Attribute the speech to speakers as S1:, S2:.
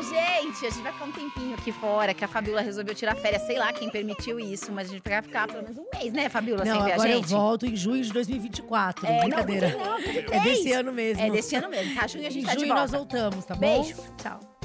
S1: gente, a gente vai ficar um tempinho aqui fora, que a Fabiola resolveu tirar férias. Sei lá quem permitiu isso, mas a gente vai ficar pelo menos um mês, né, Fabiola,
S2: Não,
S1: sem ver a
S2: agora eu
S1: gente?
S2: volto em junho de 2024.
S1: É, não,
S2: brincadeira.
S1: não, não,
S2: é desse
S1: três.
S2: ano mesmo.
S1: É desse ano mesmo, tá? Junho a gente
S2: em
S1: tá de
S2: junho
S1: volta.
S2: nós voltamos, tá bom?
S1: Beijo.
S2: Tchau.